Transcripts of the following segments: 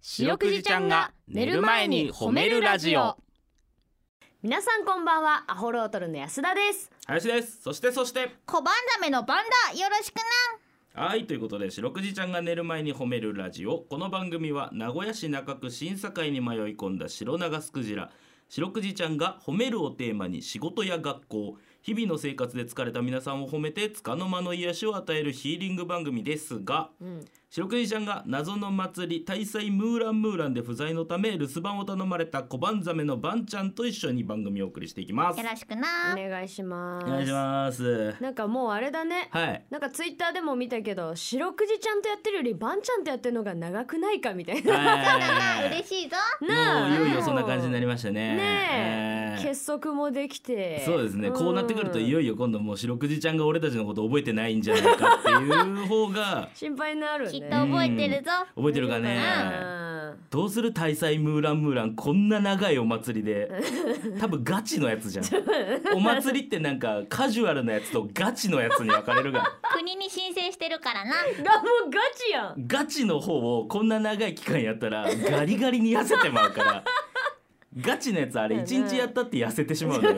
白くじちゃんが寝る前に褒めるラジオ皆さんこんばんはアホロートルの安田です林ですそしてそして小判ザメのバンダよろしくなはいということで白くじちゃんが寝る前に褒めるラジオこの番組は名古屋市中区審査会に迷い込んだ白長スクジラ白くじちゃんが褒めるをテーマに仕事や学校日々の生活で疲れた皆さんを褒めて束の間の癒しを与えるヒーリング番組ですがうん白くじちゃんが謎の祭り大祭ムーランムーランで不在のため留守番を頼まれた小判ザメのバンちゃんと一緒に番組をお送りしていきますよろしくおな願いしますお願いしますなんかもうあれだね はいなんかツイッターでも見たけど白くじちゃんとやってるよりバンちゃんとやってるのが長くないかみたいなそうだな嬉しいぞ なもあういよいよそんな感じになりましたね。ねえー結束もできてそうですね、んこうなってくるといよいよ今度もう白くじちゃんが俺たちのこと覚えてないんじゃないかっていう方 が心配になるねきっと覚えてるぞ覚えてるかね、どうする大祭ムーランムーランこんな長いお祭り で多分ガチのやつじゃん お祭りってなんかカジュアルなやつとガチのやつに分かれるが国に申請してるからなうんがもうガチやんガチの方をこんな長い期間やったらガリガリに痩せてまうからガチのやつあれ1日やったって痩せてしまう のよ。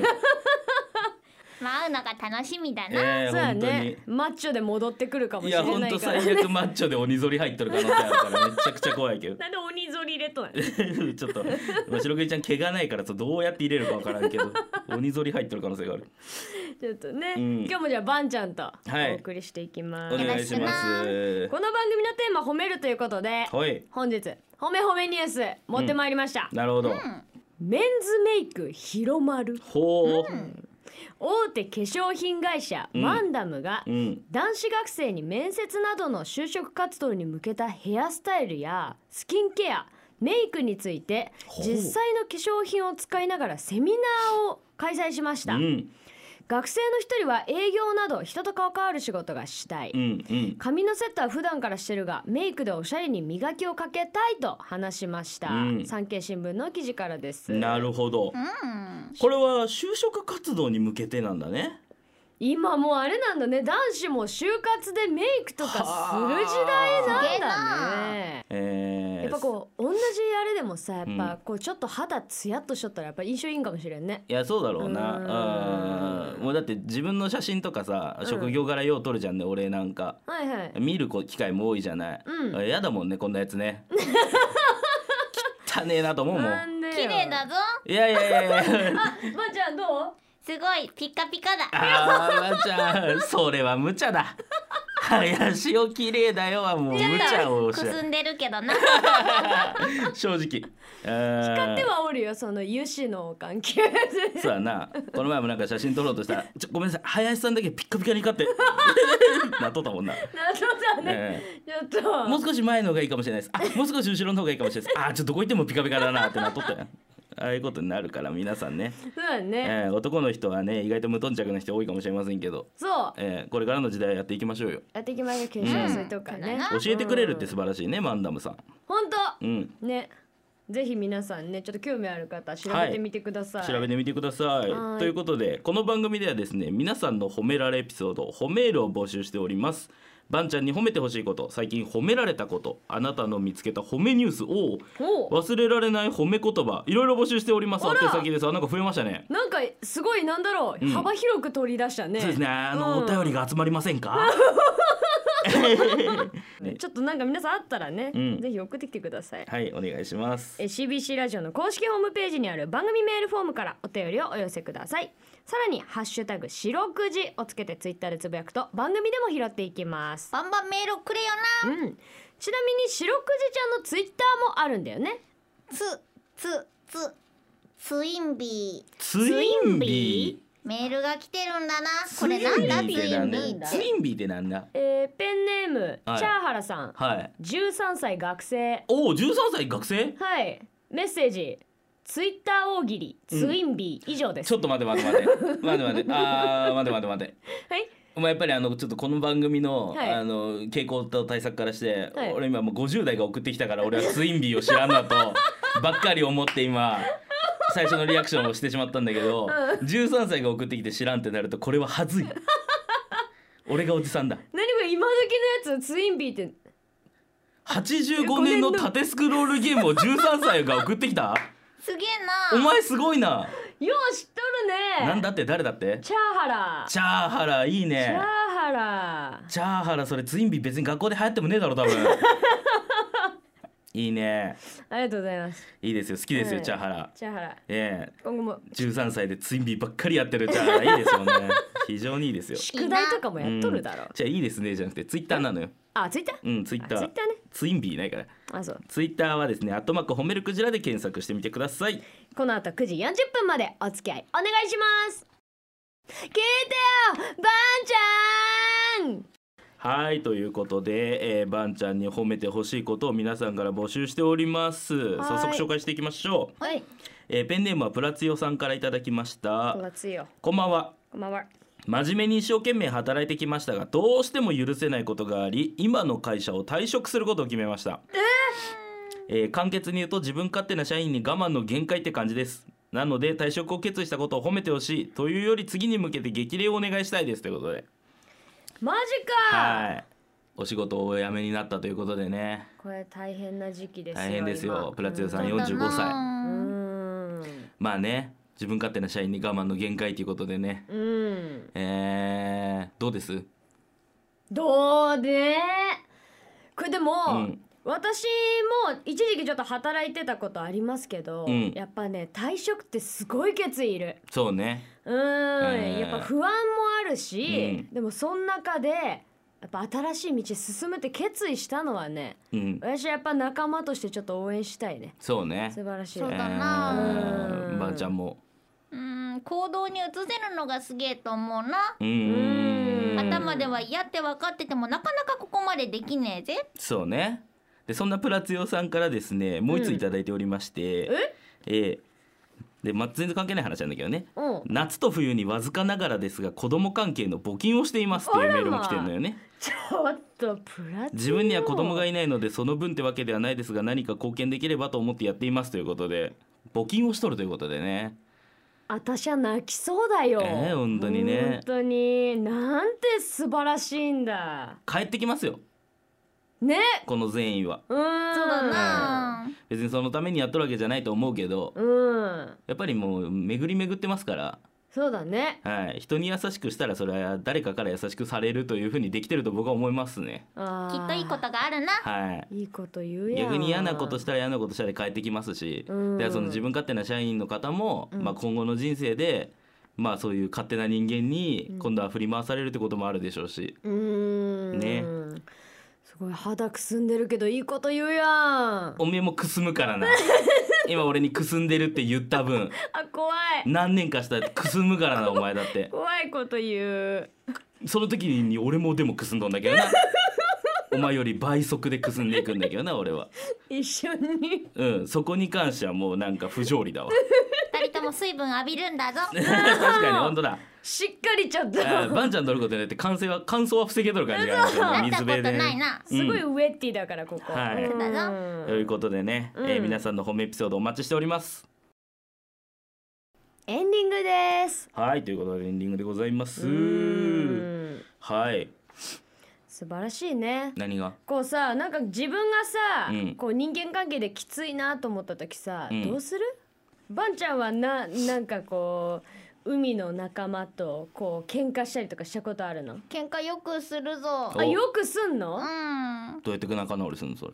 まあ会うのが楽しみだな、えーそうや本当にねマッチョで戻ってくるかもいしれやなほんいとか最ら悪マッチョで鬼ぞり入っとる可能性あるからめちゃくちゃ怖いけど なんで鬼ぞり入れとんやちょっと白くじちゃん毛がないからどうやって入れるかわからんけど鬼ぞり入っとる可能性があるちょっとね、うん今日もじゃあバンちゃんとはいお送りしていきまおす、願願いいししまますすこの番組のテーマ褒めるということではい本日褒め褒めニュース持ってまいりました、なるほど、メンズメイク広まるほう、大手化粧品会社うんマンダムがうん男子学生に面接などの就職活動に向けたヘアスタイルやスキンケアメイクについてほう実際の化粧品を使いながらセミナーを開催しましうた、ん学生の一人は営業など人と関わる仕事がしたい、うんうん髪のセットは普段からしてるがメイクでおしゃれに磨きをかけたいと話しました、うん産経新聞の記事からですなるほどうんこれは就職活動に向けてなんだね今もうあれなんだね男子も就活でメイクとかする時代なんだねえー、やっぱこう同じあれでもさやっぱこうちょっと肌ツヤっとしとったらやっぱ印象いいんかもしれんねいやそうだろうなうーんうんもうだって自分の写真とかさ職業柄よう撮るじゃんね、俺なんかはいはい見るこ機会も多いじゃない、うやだもんねこんなやつね汚ねえなと思うもんなんでよ綺麗だぞいやいやいやいやまーちゃんどうすごいピッカピカだあーまーちゃんそれは無茶だ林を綺麗だよはもう無ちょっ茶とをくしすんでるけ どな正直使ではおるよその油脂の関係でそうやなこの前もなんか写真撮ろうとしたらちょごめんなさい林さんだけピッカピカに光って なっとったもんな、謎だねええちょっともう少し前の方がいいかもしれないです。あ、もう少し後ろの方がいいかもしれないです。あ、ちょっとどこ行ってもピカピカだなってなっとったよ。ああいうことになるから皆さんね、そうだねえー男の人はね意外と無頓着な人多いかもしれませんけど、そうえーこれからの時代はやっていきましょうよやっていきましょう化粧水とかねう教えてくれるって素晴らしいねマンダムさん本当うんねぜひ皆さんねちょっと興味ある方調べてみてください、調べてみてくださいはいということでこの番組ではですね皆さんの褒められエピソード褒めールを募集しておりますバンちゃんに褒めてほしいこと最近褒められたことあなたの見つけた褒めニュースをおう忘れられない褒め言葉いろいろ募集しておりますあら宛先ですあなんか増えましたねなんかすごいなんだろう、うん幅広く取り出したねそうですねあの、うんお便りが集まりませんか ねちょっとなんか皆さんあったらね、うんぜひ送ってきてくださいはいお願いしますえ CBC ラジオの公式ホームページにある番組メールフォームからお便りをお寄せくださいさらに「ハッシュタグ白くじ」をつけてツイッターでつぶやくと番組でも拾っていきますバンバンメールくれよなうんちなみに白くじちゃんのツイッターもあるんだよねつつつツインビーツインビメールが来てるんだなーこれなんだツツイインンビビーーってなんだだツインビーってなんだえーペンネーム、はいチャーハラさんはい13歳学生おお13歳学生はいメッセージツイッター大喜利ツインビー以上です、ちょっと待て待て待て待て待てあー待て待て待てはいまあやっぱりあのちょっとこの番組の、はいあの傾向と対策からして、はい俺今もう50代が送ってきたから俺はツインビーを知らんなとばっかり思って今最初のリアクションをしてしまったんだけど、13歳が送ってきて知らんってなるとこれは恥ずい俺がおじさんだ何これ今時のやつツインビーって85年の縦スクロールゲームを13歳が送ってきたすげえおな前すごいなよう知っとるねなんだって誰だってチャーハラチャーハラいいチャーねハラチャーハラそれツインビー別に学校で流行ってもねえだろ多 分いいねありがとうございますいいですよ好きですよ、はいチャーハラチャーハラええ今後も13歳でツインビーばっかりやってるチャーハラいいです よね非常にいいですよ宿題とかもやっとるだろうじゃあいいですねじゃなくてツイッターなのよあツイッターうんツイッタあツーイッターねツインビーないからあそうツイッターはですね「アットマーク褒めるクジラ」で検索してみてくださいこの後9時40分までお付き合いお願いします聞いてよばんちゃんはいということで、えー、ばんちゃんに褒めてほしいことを皆さんから募集しておりますはい早速紹介していきましょう、はいえーペンネームはプラツヨさんからいただきました5月よこんばんはこんばんは真面目に一生懸命働いてきましたがどうしても許せないことがあり今の会社を退職することを決めましたえー簡潔に言うと自分勝手な社員に我慢の限界って感じですなので退職を決意したことを褒めてほしいというより次に向けて激励をお願いしたいですということでマジかはいお仕事をお辞めになったということでねこれ大変な時期ですよ大変ですよ今プラチナさんう45歳う歳んまあね自分勝手な社員に我慢の限界ということでねうんえー、どうですどうでこれでも、うん私も一時期ちょっと働いてたことありますけど、うんやっぱね退職ってすごい決意いるそうねうーえん、ーやっぱ不安もあるし、うでもその中でやっぱ新しい道進むって決意したのはねうん私はやっぱ仲間としてちょっと応援したいねそうね素晴らしいそうえだなーうんばあちゃんもうん行動に移せるのがすげえと思うなうーんうん頭では嫌って分かっててもなかなかここまでできねえぜそうねでそんなプラツヨさんからですねもう一ついただいておりまして、ええーで、まあ、全然関係ない話なんだけどねうん夏と冬にわずかながらですが子供関係の募金をしていますっていうメールも来てるのよねちょっとプラチナ自分には子供がいないのでその分ってわけではないですが何か貢献できればと思ってやっていますということで募金をしとるということでね私は泣きそうだよ、えー本当にね本当になんて素晴らしいんだ帰ってきますよねこの善意はうーんそうだな別にそのためにやっとるわけじゃないと思うけどうんやっぱりもう巡り巡ってますからそうだねはい、人に優しくしたらそれは誰かから優しくされるというふうにできてると僕は思いますね。あきーっといいことがあるないはいいこと言うやん逆に嫌なことしたら嫌なことしたら帰ってきますし、うんでその自分勝手な社員の方も、まあ、今後の人生で、まあ、そういう勝手な人間に今度は振り回されるってこともあるでしょうし、うーんねすごい肌くすんでるけどいいこと言うやんあおめえもくすむからな 今俺にくすんでるって言った分怖い何年かしたらくすむからなお前だって怖いこと言うその時に俺もでもくすんどんだけどなお前より倍速でくすんでいくんだけどな俺は。一緒にうん、そこに関してはもうなんか不条理だわ。 二人とも水分浴びるんだぞ確かに本当だ。しっかりちょっとあーバンちゃん取ることによって乾燥は乾燥は防げとる感じがあるなよねった水こ辺とでね。ないなすごいウェッティだからここ、はいうんだということでね、えーうん皆さんの褒めエピソードお待ちしております。エンディングですはい、ということでエンディングでございますう。ーんはい、素晴らしいね何が？こうさなんか自分がさ、うんこう人間関係できついなと思った時さ、うんどうするばんちゃんはななんかこう海の仲間とこう喧嘩したりとかしたことあるの喧嘩よくするぞおあよくすんうのんどうやって仲直りするのそれ？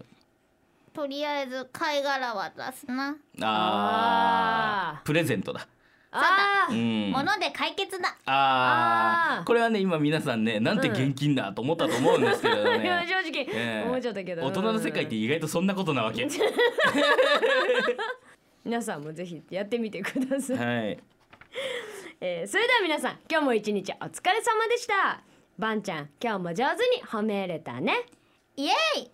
とりあえず貝殻は出すなあああ、ープレゼントだ。あうーん。物で解決だあああ、ーこれはね今皆さんねなんて現金だと思ったと思うんですけどいやね。正直、 ええ思っちゃったけど大人の世界って意外とそんなことなわけ。皆さんもぜひやってみてください、はい。えーそれでは皆さん今日も一日お疲れ様でしたばんちゃん今日も上手に褒めれたねイエーイ